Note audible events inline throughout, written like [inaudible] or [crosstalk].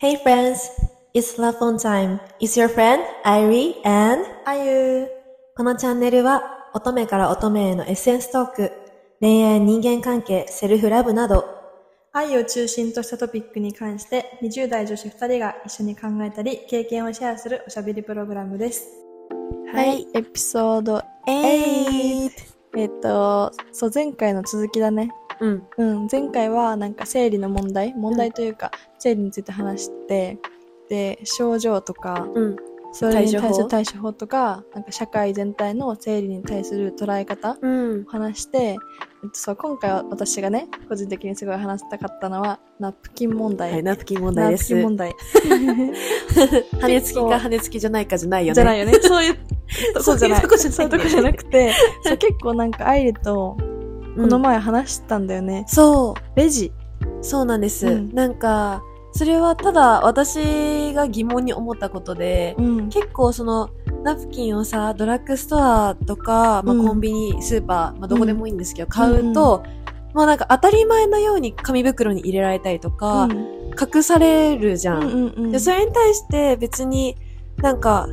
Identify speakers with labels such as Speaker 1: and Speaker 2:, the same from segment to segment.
Speaker 1: Hey friends, it's love on time. It's your friend, Irie and Ayu. このチャンネルは乙女から乙女へのエッセンストーク、恋愛、人間関係、セルフラブなど、
Speaker 2: 愛を中心としたトピックに関して20代女子2人が一緒に考えたり経験をシェアするおしゃべりプログラムです。
Speaker 3: はい、
Speaker 1: はい
Speaker 3: エピソード
Speaker 1: え
Speaker 3: 8。えっ、と、そう、前回の続きだね。
Speaker 1: うん、
Speaker 3: うん、前回はなんか生理の問題、問題というか、生理について話して、で、症状とか、
Speaker 1: うん、
Speaker 3: それに対す
Speaker 1: 対処
Speaker 3: る
Speaker 1: 法
Speaker 3: 対処法とか、なんか社会全体の生理に対する捉え方
Speaker 1: うん
Speaker 3: を、話して、えっと、そう、今回は私がね、個人的にすごい話したかったのは、ナプキン問題。
Speaker 1: はい、ナプキン問題
Speaker 3: ナ
Speaker 1: で
Speaker 3: プキ
Speaker 1: す。
Speaker 3: ン問題。
Speaker 1: 跳ね付き
Speaker 3: 結
Speaker 1: か
Speaker 3: 構
Speaker 1: 跳ね付きじゃないかじゃないよね。
Speaker 3: じゃ
Speaker 1: [laughs]
Speaker 3: ないよね。そういう、そうじゃない。
Speaker 1: そういうとこじゃない
Speaker 3: そういうとこじゃなくて、そう結構なんかアイリと、
Speaker 1: うん
Speaker 3: この前話したんだよね。
Speaker 1: そう。
Speaker 3: レジ。
Speaker 1: そうなんです。
Speaker 3: うん
Speaker 1: なんか、それはただ私が疑問に思ったことで、
Speaker 3: うん。
Speaker 1: 結構その、ナプキンをさ、ドラッグストアとか、まあ、
Speaker 3: うん
Speaker 1: コンビニ、スーパー、まあ、どこでもいいんですけど、買うと、まあなんか当たり前のように紙袋に入れられたりとか、
Speaker 3: うん
Speaker 1: 隠されるじゃ
Speaker 3: うん
Speaker 1: ん。
Speaker 3: うんうん。
Speaker 1: で、それに対して別になんか、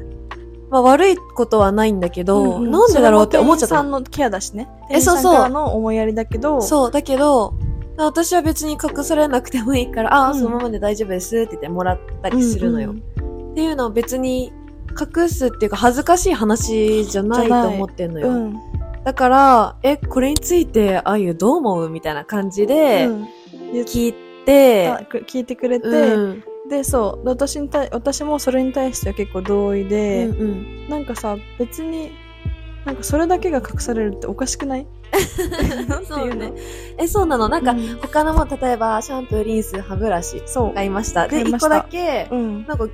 Speaker 1: まあ悪いことはないんだけど、
Speaker 3: うんうん
Speaker 1: なんでだろうって思っちゃっ
Speaker 3: それ
Speaker 1: たの。
Speaker 3: も店員さんのケアだしね。
Speaker 1: えそうそう
Speaker 3: 店員さんからの思いやりだけど、
Speaker 1: そう、だけど、私は別に隠されなくてもいいから、ああ、
Speaker 3: うん
Speaker 1: そのままで大丈夫ですって言ってもらった
Speaker 3: うんう
Speaker 1: り
Speaker 3: ん
Speaker 1: するのよ。っていうのは別に隠すっていうか恥ずかしい話じゃない
Speaker 3: じゃない
Speaker 1: と思ってんのよ。
Speaker 3: うん。
Speaker 1: だから、え、これについて、あゆどう思うみたいな感じで
Speaker 3: うん
Speaker 1: 聞いて
Speaker 3: あ、く聞いてくれて、
Speaker 1: うん。
Speaker 3: で、そう。で私に対、私もそれに対しては結構同意で、
Speaker 1: うんう
Speaker 3: [laughs]
Speaker 1: ん
Speaker 3: なんかさ、別に、なんかそれだけが隠されるっておかしくないなんてい
Speaker 1: そう
Speaker 3: う
Speaker 1: ね
Speaker 3: の。
Speaker 1: え、そうなのなんか、
Speaker 3: うん
Speaker 1: 他のも、例えば、シャンプー、リンス、歯ブラシ、
Speaker 3: そう。
Speaker 1: 買いました。で、
Speaker 3: 買い
Speaker 1: 一
Speaker 3: ました
Speaker 1: 個だけ、 [laughs]
Speaker 3: うん。
Speaker 1: なんか、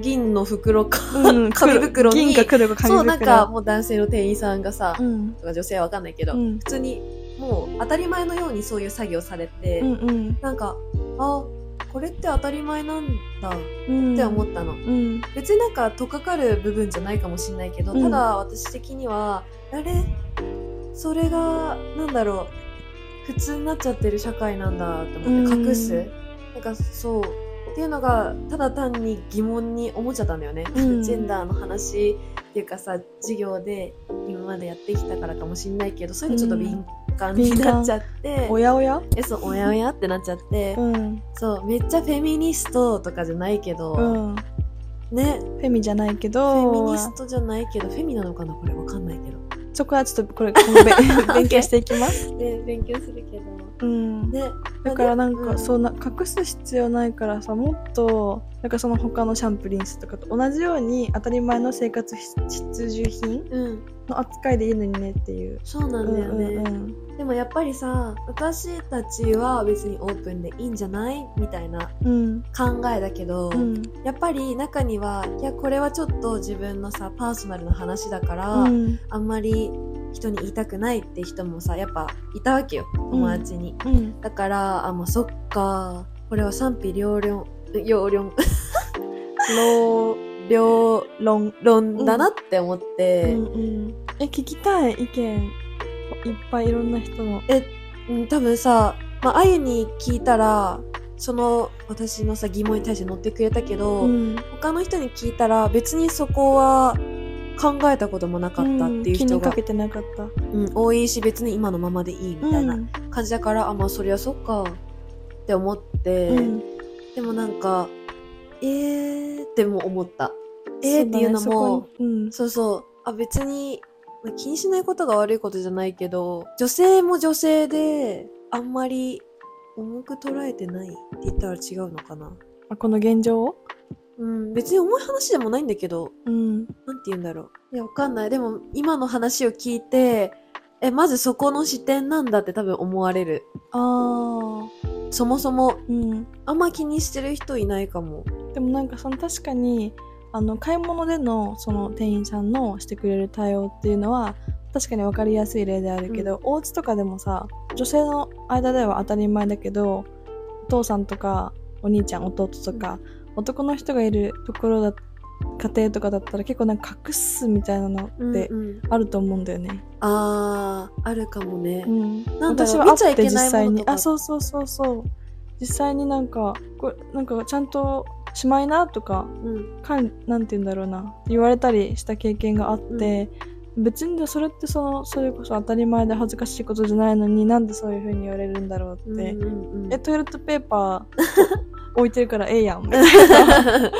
Speaker 1: 銀の袋か、
Speaker 3: うん
Speaker 1: [laughs] 紙袋に
Speaker 3: 銀か黒か紙袋。
Speaker 1: そう、なんか、、もう男性の店員さんがさ、
Speaker 3: うん。
Speaker 1: とか女性はわかんないけど、
Speaker 3: うん
Speaker 1: 普通に、もう、当たり前のようにそういう作業されて、
Speaker 3: うんうん。
Speaker 1: なんか、あ、これって当たり前なんだっ
Speaker 3: うん。
Speaker 1: て思ったの。
Speaker 3: うん。
Speaker 1: 別になんか、とっかかる部分じゃないかもしれないけど、
Speaker 3: うん
Speaker 1: ただ私的には、あれそれが、なんだろう、普通になっちゃってる社会なんだって思って、
Speaker 3: うん
Speaker 1: 隠す、なんかそう、っていうのが、ただ単に疑問に思っちゃったんだよね。
Speaker 3: うん
Speaker 1: ジェンダーの話っていうかさ、授業で今までやってきたからかもしれないけど、そういうのちょっと敏感に
Speaker 3: うん
Speaker 1: なっちゃって、
Speaker 3: おやおや
Speaker 1: え、そう、おやおやってなっちゃって、
Speaker 3: うん。
Speaker 1: そう、めっちゃフェミニストとかじゃないけど、
Speaker 3: うん。フ
Speaker 1: ね、
Speaker 3: ェミじゃないけ
Speaker 1: フ
Speaker 3: ど、
Speaker 1: ェミニストじゃないけど、フェミなのかなこれわかんないけど。
Speaker 3: そこはちょっとこれ今
Speaker 1: [laughs]
Speaker 3: 後べ勉強していきます。
Speaker 1: ね、勉強するけど。
Speaker 3: うん。
Speaker 1: ね。
Speaker 3: だからなん
Speaker 1: う
Speaker 3: か、そうな、隠す必要ないからさ、もっと、なんかその他のシャンプーリンスとかと同じように当たり前の生活必需品
Speaker 1: うん、
Speaker 3: の扱いでいいのにねっていう。
Speaker 1: そうな
Speaker 3: うん
Speaker 1: だよね、
Speaker 3: んうん
Speaker 1: でもやっぱりさ、私たちは別にオープンでいいんじゃないみたいな
Speaker 3: うん。
Speaker 1: 考えだけど、
Speaker 3: うん。
Speaker 1: やっぱり中には、いや、これはちょっと自分のさ、パーソナルな話だから、
Speaker 3: うん。
Speaker 1: あんまり人に言いたくないって人もさ、やっぱいたわけよ、友達に。
Speaker 3: うん。
Speaker 1: だから、あ、もうそっか、これは賛否両論、両論、 [laughs]
Speaker 3: ロー、
Speaker 1: 両
Speaker 3: ロン。
Speaker 1: 論だなって思って、
Speaker 3: うんうん、え聞きたい意見いっぱいいろんな人の。
Speaker 1: うん、多分さ、まあ、あゆに聞いたら、その私のさ疑問に対して乗ってくれたけど、
Speaker 3: ん、
Speaker 1: 他の人に聞いたら別にそこは考えたこともなかったっていう
Speaker 3: 気
Speaker 1: 人
Speaker 3: にか
Speaker 1: が、
Speaker 3: けてなかった。み
Speaker 1: うん多いし別に今のままでいいみたいな
Speaker 3: うん
Speaker 1: 感じだから、あまあそりゃそっかって思って、
Speaker 3: うん
Speaker 1: でもなんかえーっても思ったえーっていうの
Speaker 3: そだねそ
Speaker 1: も
Speaker 3: こにうん
Speaker 1: そうそう。あ、別に、まあ気にしないことが悪いことじゃないけど、女性も女性で、あんまり重く捉えてないって言ったら違うのかな。
Speaker 3: あこの現状を、
Speaker 1: うん、別に重い話でもないんだけど、
Speaker 3: う
Speaker 1: な
Speaker 3: ん
Speaker 1: んて言うんだろう。いや、わかんない。でも、今の話を聞いて、え、まずそこの視点なんだって多分思われる。
Speaker 3: あー
Speaker 1: そもそも、
Speaker 3: うん、
Speaker 1: あんま気にしてる人いないかも。
Speaker 3: でもなんかその確かにあの買い物でのその店員さんのしてくれる対応っていうのは確かに分かりやすい例であるけど、お家とかでもさ女性の間では当たり前だけどお父さんとかお兄ちゃん弟とか、男の人がいるところだ家庭とかだったら結構なんか隠すみたいなのって
Speaker 1: うんうん
Speaker 3: あると思うんだよね。
Speaker 1: あー、あるかもね。
Speaker 3: うん、
Speaker 1: なんだろう
Speaker 3: 私は会
Speaker 1: 見ちゃい
Speaker 3: って
Speaker 1: け
Speaker 3: 実
Speaker 1: ない
Speaker 3: 際
Speaker 1: もの
Speaker 3: に
Speaker 1: とか
Speaker 3: あそうそうそうそう実際になんかこれなんかちゃんとしまいなとか
Speaker 1: うん
Speaker 3: かんなんて言うんだろうな言われたりした経験があって、別にそれってそのそれこそ当たり前で恥ずかしいことじゃないのになんでそういうふうに言われるんだろうって、
Speaker 1: うん [laughs]
Speaker 3: えトイレットペーパー置いてるからええやんみたいな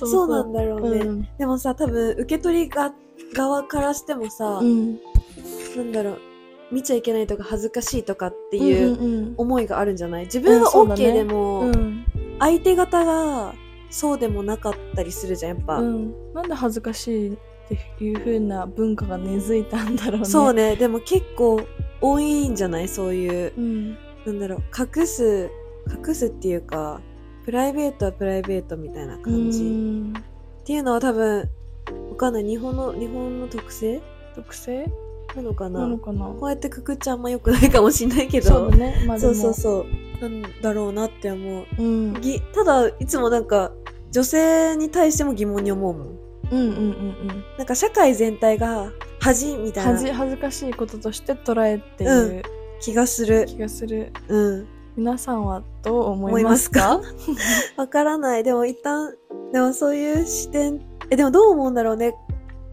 Speaker 3: そ
Speaker 1: そうなんだろうね、
Speaker 3: うん
Speaker 1: でもさ多分受け取りが側からしてもさ、
Speaker 3: うん
Speaker 1: なんだろう見ちゃいけないとか恥ずかしいとかって
Speaker 3: うん
Speaker 1: いう
Speaker 3: うん
Speaker 1: 思いがあるんじゃない自分は
Speaker 3: そうだ
Speaker 1: OK
Speaker 3: ね
Speaker 1: で
Speaker 3: う
Speaker 1: も、
Speaker 3: ん
Speaker 1: 相手方がそうでもなかったりするじゃんやっぱ、
Speaker 3: うんなんで恥ずかしいっていうふうな文化が根付いたんだろうね
Speaker 1: そうねでも結構多いんじゃないそういう
Speaker 3: うん
Speaker 1: なんだろう隠す隠すっていうかプライベートはプライベートみたいな感じ、
Speaker 3: う
Speaker 1: っ
Speaker 3: ん
Speaker 1: ていうのは多分わかんない日本の日本の特性
Speaker 3: 特性
Speaker 1: なのかな
Speaker 3: なのかな
Speaker 1: こうやってくくっちゃあんま良くないかもしんないけど
Speaker 3: そうだねまあで
Speaker 1: そ
Speaker 3: も
Speaker 1: うそうそうなんだろうなって思う
Speaker 3: うん
Speaker 1: ぎただいつもなんか女性に対しても疑問に思うもん
Speaker 3: うんうんうんうん
Speaker 1: なんか社会全体が恥みたい
Speaker 3: 恥
Speaker 1: な
Speaker 3: 恥ずかしいこととして捉えている
Speaker 1: 気がする
Speaker 3: 気がする、
Speaker 1: うん
Speaker 3: 皆さんはどう思
Speaker 1: 思
Speaker 3: い
Speaker 1: い
Speaker 3: ま
Speaker 1: ますすか
Speaker 3: か
Speaker 1: わから [laughs] ないでも一旦でもそういう視点えでもどう思うんだろうね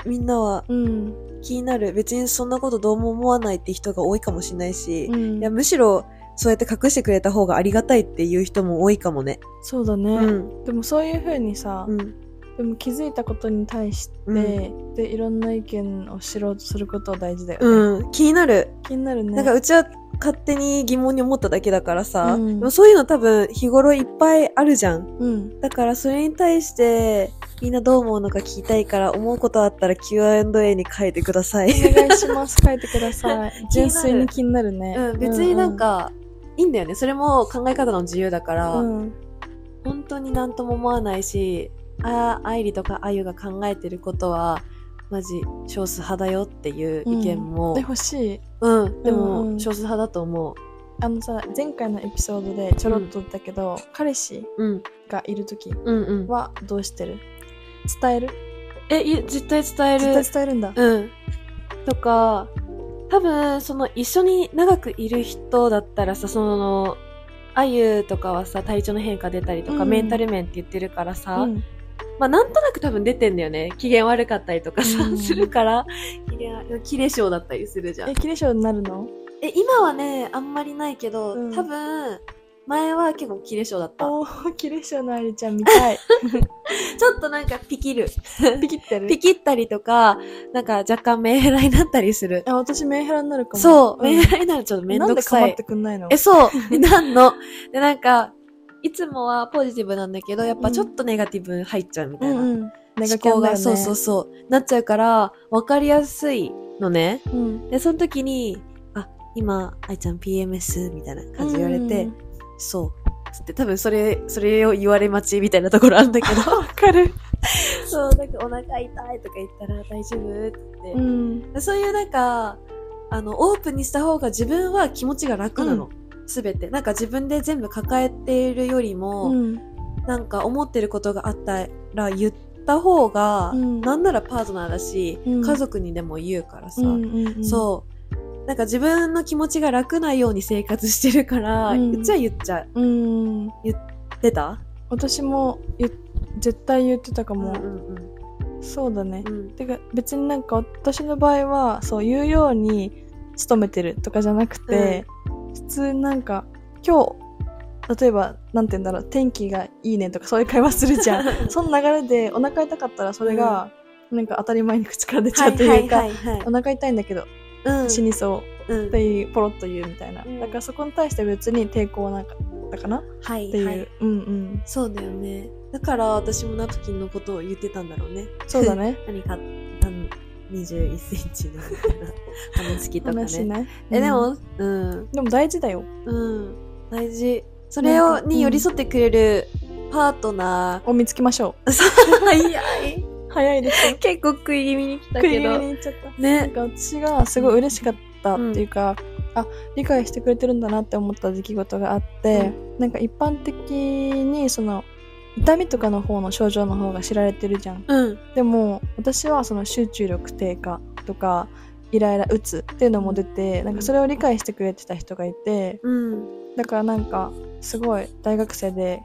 Speaker 1: みんなは
Speaker 3: うん、
Speaker 1: 気になる別にそんなことどうも思わないって人が多いかもしれないし、
Speaker 3: うん
Speaker 1: いやむしろそうやって隠してくれた方がありがたいっていう人も多いかもね
Speaker 3: そうだね、
Speaker 1: うん
Speaker 3: でもそういうふうにさ、
Speaker 1: うん
Speaker 3: でも気づいたことに対して、
Speaker 1: う
Speaker 3: でいろんな意見を知ろうとすることは大事だよね、
Speaker 1: うん気になる
Speaker 3: 気になるね
Speaker 1: なんかうちは勝手に疑問に思っただけだからさ、
Speaker 3: うん
Speaker 1: でもそういうの多分日頃いっぱいあるじゃん。
Speaker 3: うん
Speaker 1: だからそれに対してみんなどう思うのか聞きたいから思うことあったら Q&A に書いてください。
Speaker 3: お願い
Speaker 1: [laughs]
Speaker 3: します書いてください純粋に気になるね、
Speaker 1: うん、別になんか、いいんだよね。それも考え方の自由だから、
Speaker 3: うんうん
Speaker 1: 本当になんとも思わないし、あ、愛理とかあゆが考えてることは、マジ少数派だよっていう意見も
Speaker 3: で、欲しい
Speaker 1: うん、で
Speaker 3: うんうん
Speaker 1: も少数派だと思う。
Speaker 3: あのさ前回のエピソードでちょろっとだけど、彼氏
Speaker 1: うん、
Speaker 3: がいる時
Speaker 1: うん、うん。
Speaker 3: はどうしてる伝える
Speaker 1: え、い絶対伝える。
Speaker 3: 絶対伝えるんだ
Speaker 1: うん。とか、多分、その一緒に長くいる人だったらさ、その、あゆとかはさ、体調の変化出たりとか、
Speaker 3: うん
Speaker 1: メンタル面って言ってるからさ、
Speaker 3: うん
Speaker 1: まあなんとなく多分出てんだよね。機嫌悪かったりとかさ、
Speaker 3: うん
Speaker 1: するから、機嫌、キレ性だったりするじゃん
Speaker 3: え。キレ性になるの
Speaker 1: え、今はね、あんまりないけど、
Speaker 3: うん
Speaker 1: 多分、前は結構キレ性だった。ちょ
Speaker 3: おーキレ性のありちゃん見たい
Speaker 1: っとなんかピキる。
Speaker 3: ピキってる
Speaker 1: ピキったりとか、なんか若干メンヘラになったりする。
Speaker 3: あ私メンヘラになるかも
Speaker 1: そう、
Speaker 3: ん
Speaker 1: メンヘラになるとちょっとめんどくさ
Speaker 3: なんで
Speaker 1: い
Speaker 3: 構っ。てくんないの
Speaker 1: え、 [laughs] そう。なんの。で、なんか、いつもはポジティブなんだけど、やっぱちょっとネガティブ入っちゃうみ
Speaker 3: う
Speaker 1: たい
Speaker 3: ん
Speaker 1: な。
Speaker 3: うん。ネガ
Speaker 1: 思
Speaker 3: キャ
Speaker 1: 考
Speaker 3: ンだ
Speaker 1: が、
Speaker 3: よね。
Speaker 1: そうそうそう。なっちゃうから、わかりやすいのね。
Speaker 3: うん。
Speaker 1: で、その時に、あ、今、愛ちゃん PMS みたいな感じで言われて、
Speaker 3: うん。
Speaker 1: そう。つって、多分それ、それを言われ待ちみたいなところあるんだけど。
Speaker 3: [laughs] わかる。
Speaker 1: [laughs] そう、なんかお腹痛いとか言ったら大丈夫って言って
Speaker 3: うん。
Speaker 1: そういうなんか、あの、オープンにした方が自分は気持ちが楽なの。すべて。なんか自分で全部抱えているよりも、
Speaker 3: うん。
Speaker 1: なんか思ってることがあったら言った方が、
Speaker 3: うん
Speaker 1: なんならパートナーだし、
Speaker 3: うん
Speaker 1: 家族にでも言うからさ、
Speaker 3: うん。
Speaker 1: そう。なんか自分の気持ちが楽なように生活してるから、
Speaker 3: うん
Speaker 1: 言っちゃ言っちゃ
Speaker 3: うん。うん。
Speaker 1: 出た
Speaker 3: 私も言っ、絶対言ってたかも。
Speaker 1: んうん
Speaker 3: そうだね
Speaker 1: う。ん。
Speaker 3: てか、別になんか私の場合は、そう、言うように努めてるとかじゃなくて、普通になんか、今日、例えば、なんて言うんだろう、天気がいいねとかそういう会話する
Speaker 1: [laughs]
Speaker 3: じゃん。その流れで、お腹痛かったらそれが、なんか当たり前に口から出ちゃうというか、
Speaker 1: いはい
Speaker 3: お腹痛いんだけど
Speaker 1: うん
Speaker 3: 死にそう
Speaker 1: うん
Speaker 3: っていうポロッと言うみたいな、
Speaker 1: うん
Speaker 3: だからそこに対して別に抵抗はなかったかなっ
Speaker 1: はい
Speaker 3: ていう、
Speaker 1: はい。
Speaker 3: うんうん
Speaker 1: そうだよね。だから私もナプキンのことを言ってたんだろうね。
Speaker 3: そうだ
Speaker 1: [laughs]
Speaker 3: ね
Speaker 1: 何か、あの、21センチのみたいな話好きとか
Speaker 3: 話し
Speaker 1: ね。
Speaker 3: ない
Speaker 1: え、で
Speaker 3: うん
Speaker 1: も、うん。
Speaker 3: でも大事だよ
Speaker 1: うん。大事。それを、に寄り添ってくれるパートナ
Speaker 3: を見つけましょ
Speaker 1: ー。早い。
Speaker 3: う早いですよ
Speaker 1: 結構食い気味に来た
Speaker 3: 食い気
Speaker 1: け
Speaker 3: 味に
Speaker 1: ど。
Speaker 3: 言っちゃったなん
Speaker 1: ね。
Speaker 3: か私がすごい嬉しかったっていうか、あ理解してくれてるんだなって思った出来事があって、なんか一般的にその痛みとかの方の症状の方が知られてるじゃん
Speaker 1: うん。
Speaker 3: でも私はその集中力低下とかイライラ打つっていうのも出てなんかそれを理解してくれてた人がいて
Speaker 1: うん。
Speaker 3: だからなんかすごい大学生で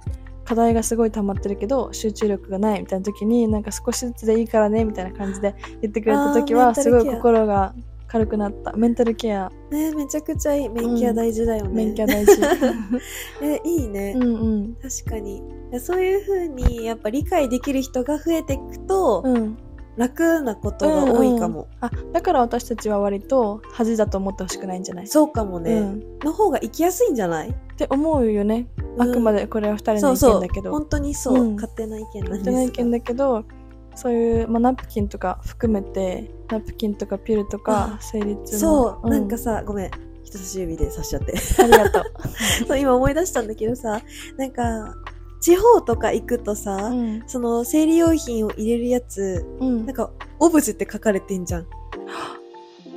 Speaker 3: 課題がすごい溜まってるけど集中力がないみたいな時になんか少しずつでいいからねみたいな感じで言ってくれた時
Speaker 1: あ
Speaker 3: は
Speaker 1: ーメンタ
Speaker 3: す
Speaker 1: ルケア
Speaker 3: ごい心が軽くなったメンタルケア
Speaker 1: ねめちゃくちゃいい。免許は大事だよね。
Speaker 3: 免許大事
Speaker 1: え、いいね。
Speaker 3: [laughs] うんうん
Speaker 1: 確かに。そういうふうに、やっぱ理解できる人が増えていくと、
Speaker 3: うん
Speaker 1: 楽なことが多いかも。
Speaker 3: あだから私たちは割と恥だと思ってほしくないんじゃない
Speaker 1: そうかもね、
Speaker 3: うん、っ
Speaker 1: の方が生きやすいんじゃない
Speaker 3: て思うよねあくまでこれは2人
Speaker 1: そ
Speaker 3: の
Speaker 1: う
Speaker 3: 意
Speaker 1: そう
Speaker 3: 見だけど、
Speaker 1: 本当にそう、
Speaker 3: うん
Speaker 1: 勝手な意見なんです
Speaker 3: じゃない
Speaker 1: け
Speaker 3: けんだけどそういう、まあ、ナプキンとか含めてナプキンとかピルとか
Speaker 1: あ
Speaker 3: 生理痛
Speaker 1: そう、
Speaker 3: の
Speaker 1: なんかさごめん人差し指で刺しちゃって [laughs]
Speaker 3: ありがとう、
Speaker 1: そう今思い出したんだけどさなんか地方とか行くとさ、
Speaker 3: うん
Speaker 1: その生理用品を入れるやつ
Speaker 3: うん
Speaker 1: なんかオブジェって書かれてんじゃん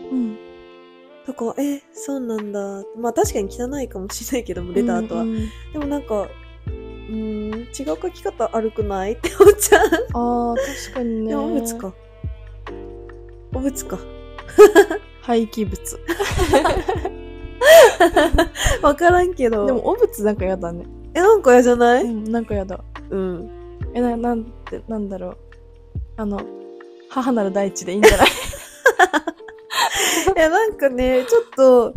Speaker 3: うん、
Speaker 1: とかえそうなんだまあ確かに汚いかもしれないけども出た後は、
Speaker 3: うんうん
Speaker 1: でもなんかうーん違う書き方あるくない [laughs] って思っちゃう
Speaker 3: あー確かにね
Speaker 1: でもおむつか。おむつか。
Speaker 3: 廃棄物
Speaker 1: わからんけど。
Speaker 3: でもお物なんかやだね、
Speaker 1: え、なんか嫌じゃな
Speaker 3: う
Speaker 1: い
Speaker 3: ん、なんかやだ
Speaker 1: うん。
Speaker 3: えななんてなんだろうあの母なる大地でいいんじ
Speaker 1: [laughs]
Speaker 3: ゃない
Speaker 1: いや、なんかね、ちょっと、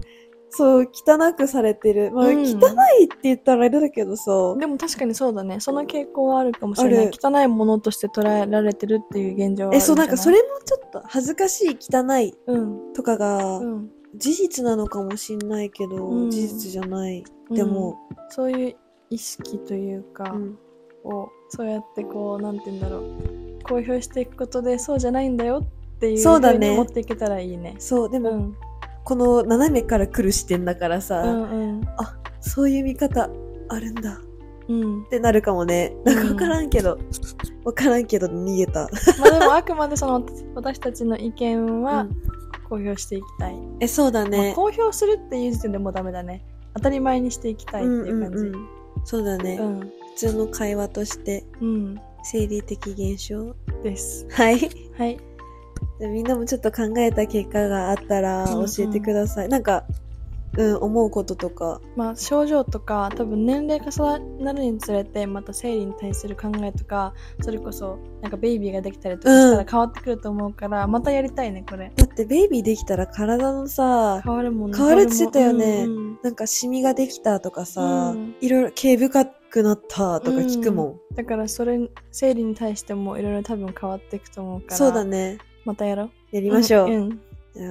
Speaker 1: そう、汚くされてる。まあ、
Speaker 3: うん
Speaker 1: 汚いって言ったらあれだけどさ。
Speaker 3: でも確かにそうだねその傾向はあるかもしれな
Speaker 1: あ
Speaker 3: い
Speaker 1: る
Speaker 3: 汚いものとして捉えられてるっていう現状はある
Speaker 1: え、そう、なんかそ
Speaker 3: じ
Speaker 1: れもちょっと恥ずかしい汚い
Speaker 3: ゃないうん
Speaker 1: とかが
Speaker 3: う、ん
Speaker 1: 事実なのかもしんないけど、
Speaker 3: うん
Speaker 1: 事実じゃない。
Speaker 3: うん
Speaker 1: でも、
Speaker 3: そういう意識というか、
Speaker 1: うん
Speaker 3: をそうやってこうなんて言うんだろう公表していくことでそうじゃないんだよっていう
Speaker 1: そうだ
Speaker 3: 風
Speaker 1: ね
Speaker 3: に持っていけたらいいね。
Speaker 1: そう、で
Speaker 3: う
Speaker 1: も、
Speaker 3: ん
Speaker 1: この斜めから来る視点だからさ、
Speaker 3: うんうん
Speaker 1: そういう見方あるんだ。
Speaker 3: うん
Speaker 1: っ、てなるかもね。なんか
Speaker 3: うん
Speaker 1: わからんけど、わ、からんけど逃げた。
Speaker 3: まあでもあくまでその私たちの意見は公表していきたい、
Speaker 1: え、そうだ
Speaker 3: まあ、公表するっていう時点でもうダメだね当たり前にしていきたいっていう感じ
Speaker 1: うんうんうんそうだね、
Speaker 3: うん、
Speaker 1: 普通の会話として、
Speaker 3: うん
Speaker 1: 生理的現象。 [laughs]
Speaker 3: です
Speaker 1: はい。
Speaker 3: はい
Speaker 1: でみんなもちょっと考えた結果があったら
Speaker 3: うんうん
Speaker 1: 教えてください。なんか、うん、思うこととか。
Speaker 3: まあ、症状とか多分年齢重なるにつれてまた生理に対する考えとかそれこそなんかベイビーができたりとかした
Speaker 1: う
Speaker 3: ら
Speaker 1: ん
Speaker 3: 変わってくると思うから、またやりたいねこれ
Speaker 1: だってベイビーできたら体のさ、
Speaker 3: 変わるもんね
Speaker 1: 変わるって言ってたよね
Speaker 3: うんうん
Speaker 1: なんかシミができたとかさ、
Speaker 3: うん
Speaker 1: いろいろ毛深くなったとか聞くもん。
Speaker 3: だからそれ生理に対してもいろいろ多分変わっていくと思うから
Speaker 1: そうだね。
Speaker 3: またやろう
Speaker 1: やりましょう。
Speaker 3: んん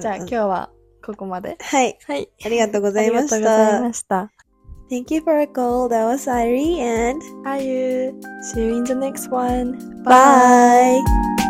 Speaker 3: じゃあ今日はここまで
Speaker 1: はい。
Speaker 3: はい
Speaker 1: ありがとうご
Speaker 3: あ
Speaker 1: ざい
Speaker 3: りが
Speaker 1: ま
Speaker 3: とう
Speaker 1: し
Speaker 3: ござい
Speaker 1: た
Speaker 3: ま。した。
Speaker 1: Thank you for a call. That was Irie and
Speaker 3: Are you? See you in the next one.
Speaker 1: bye.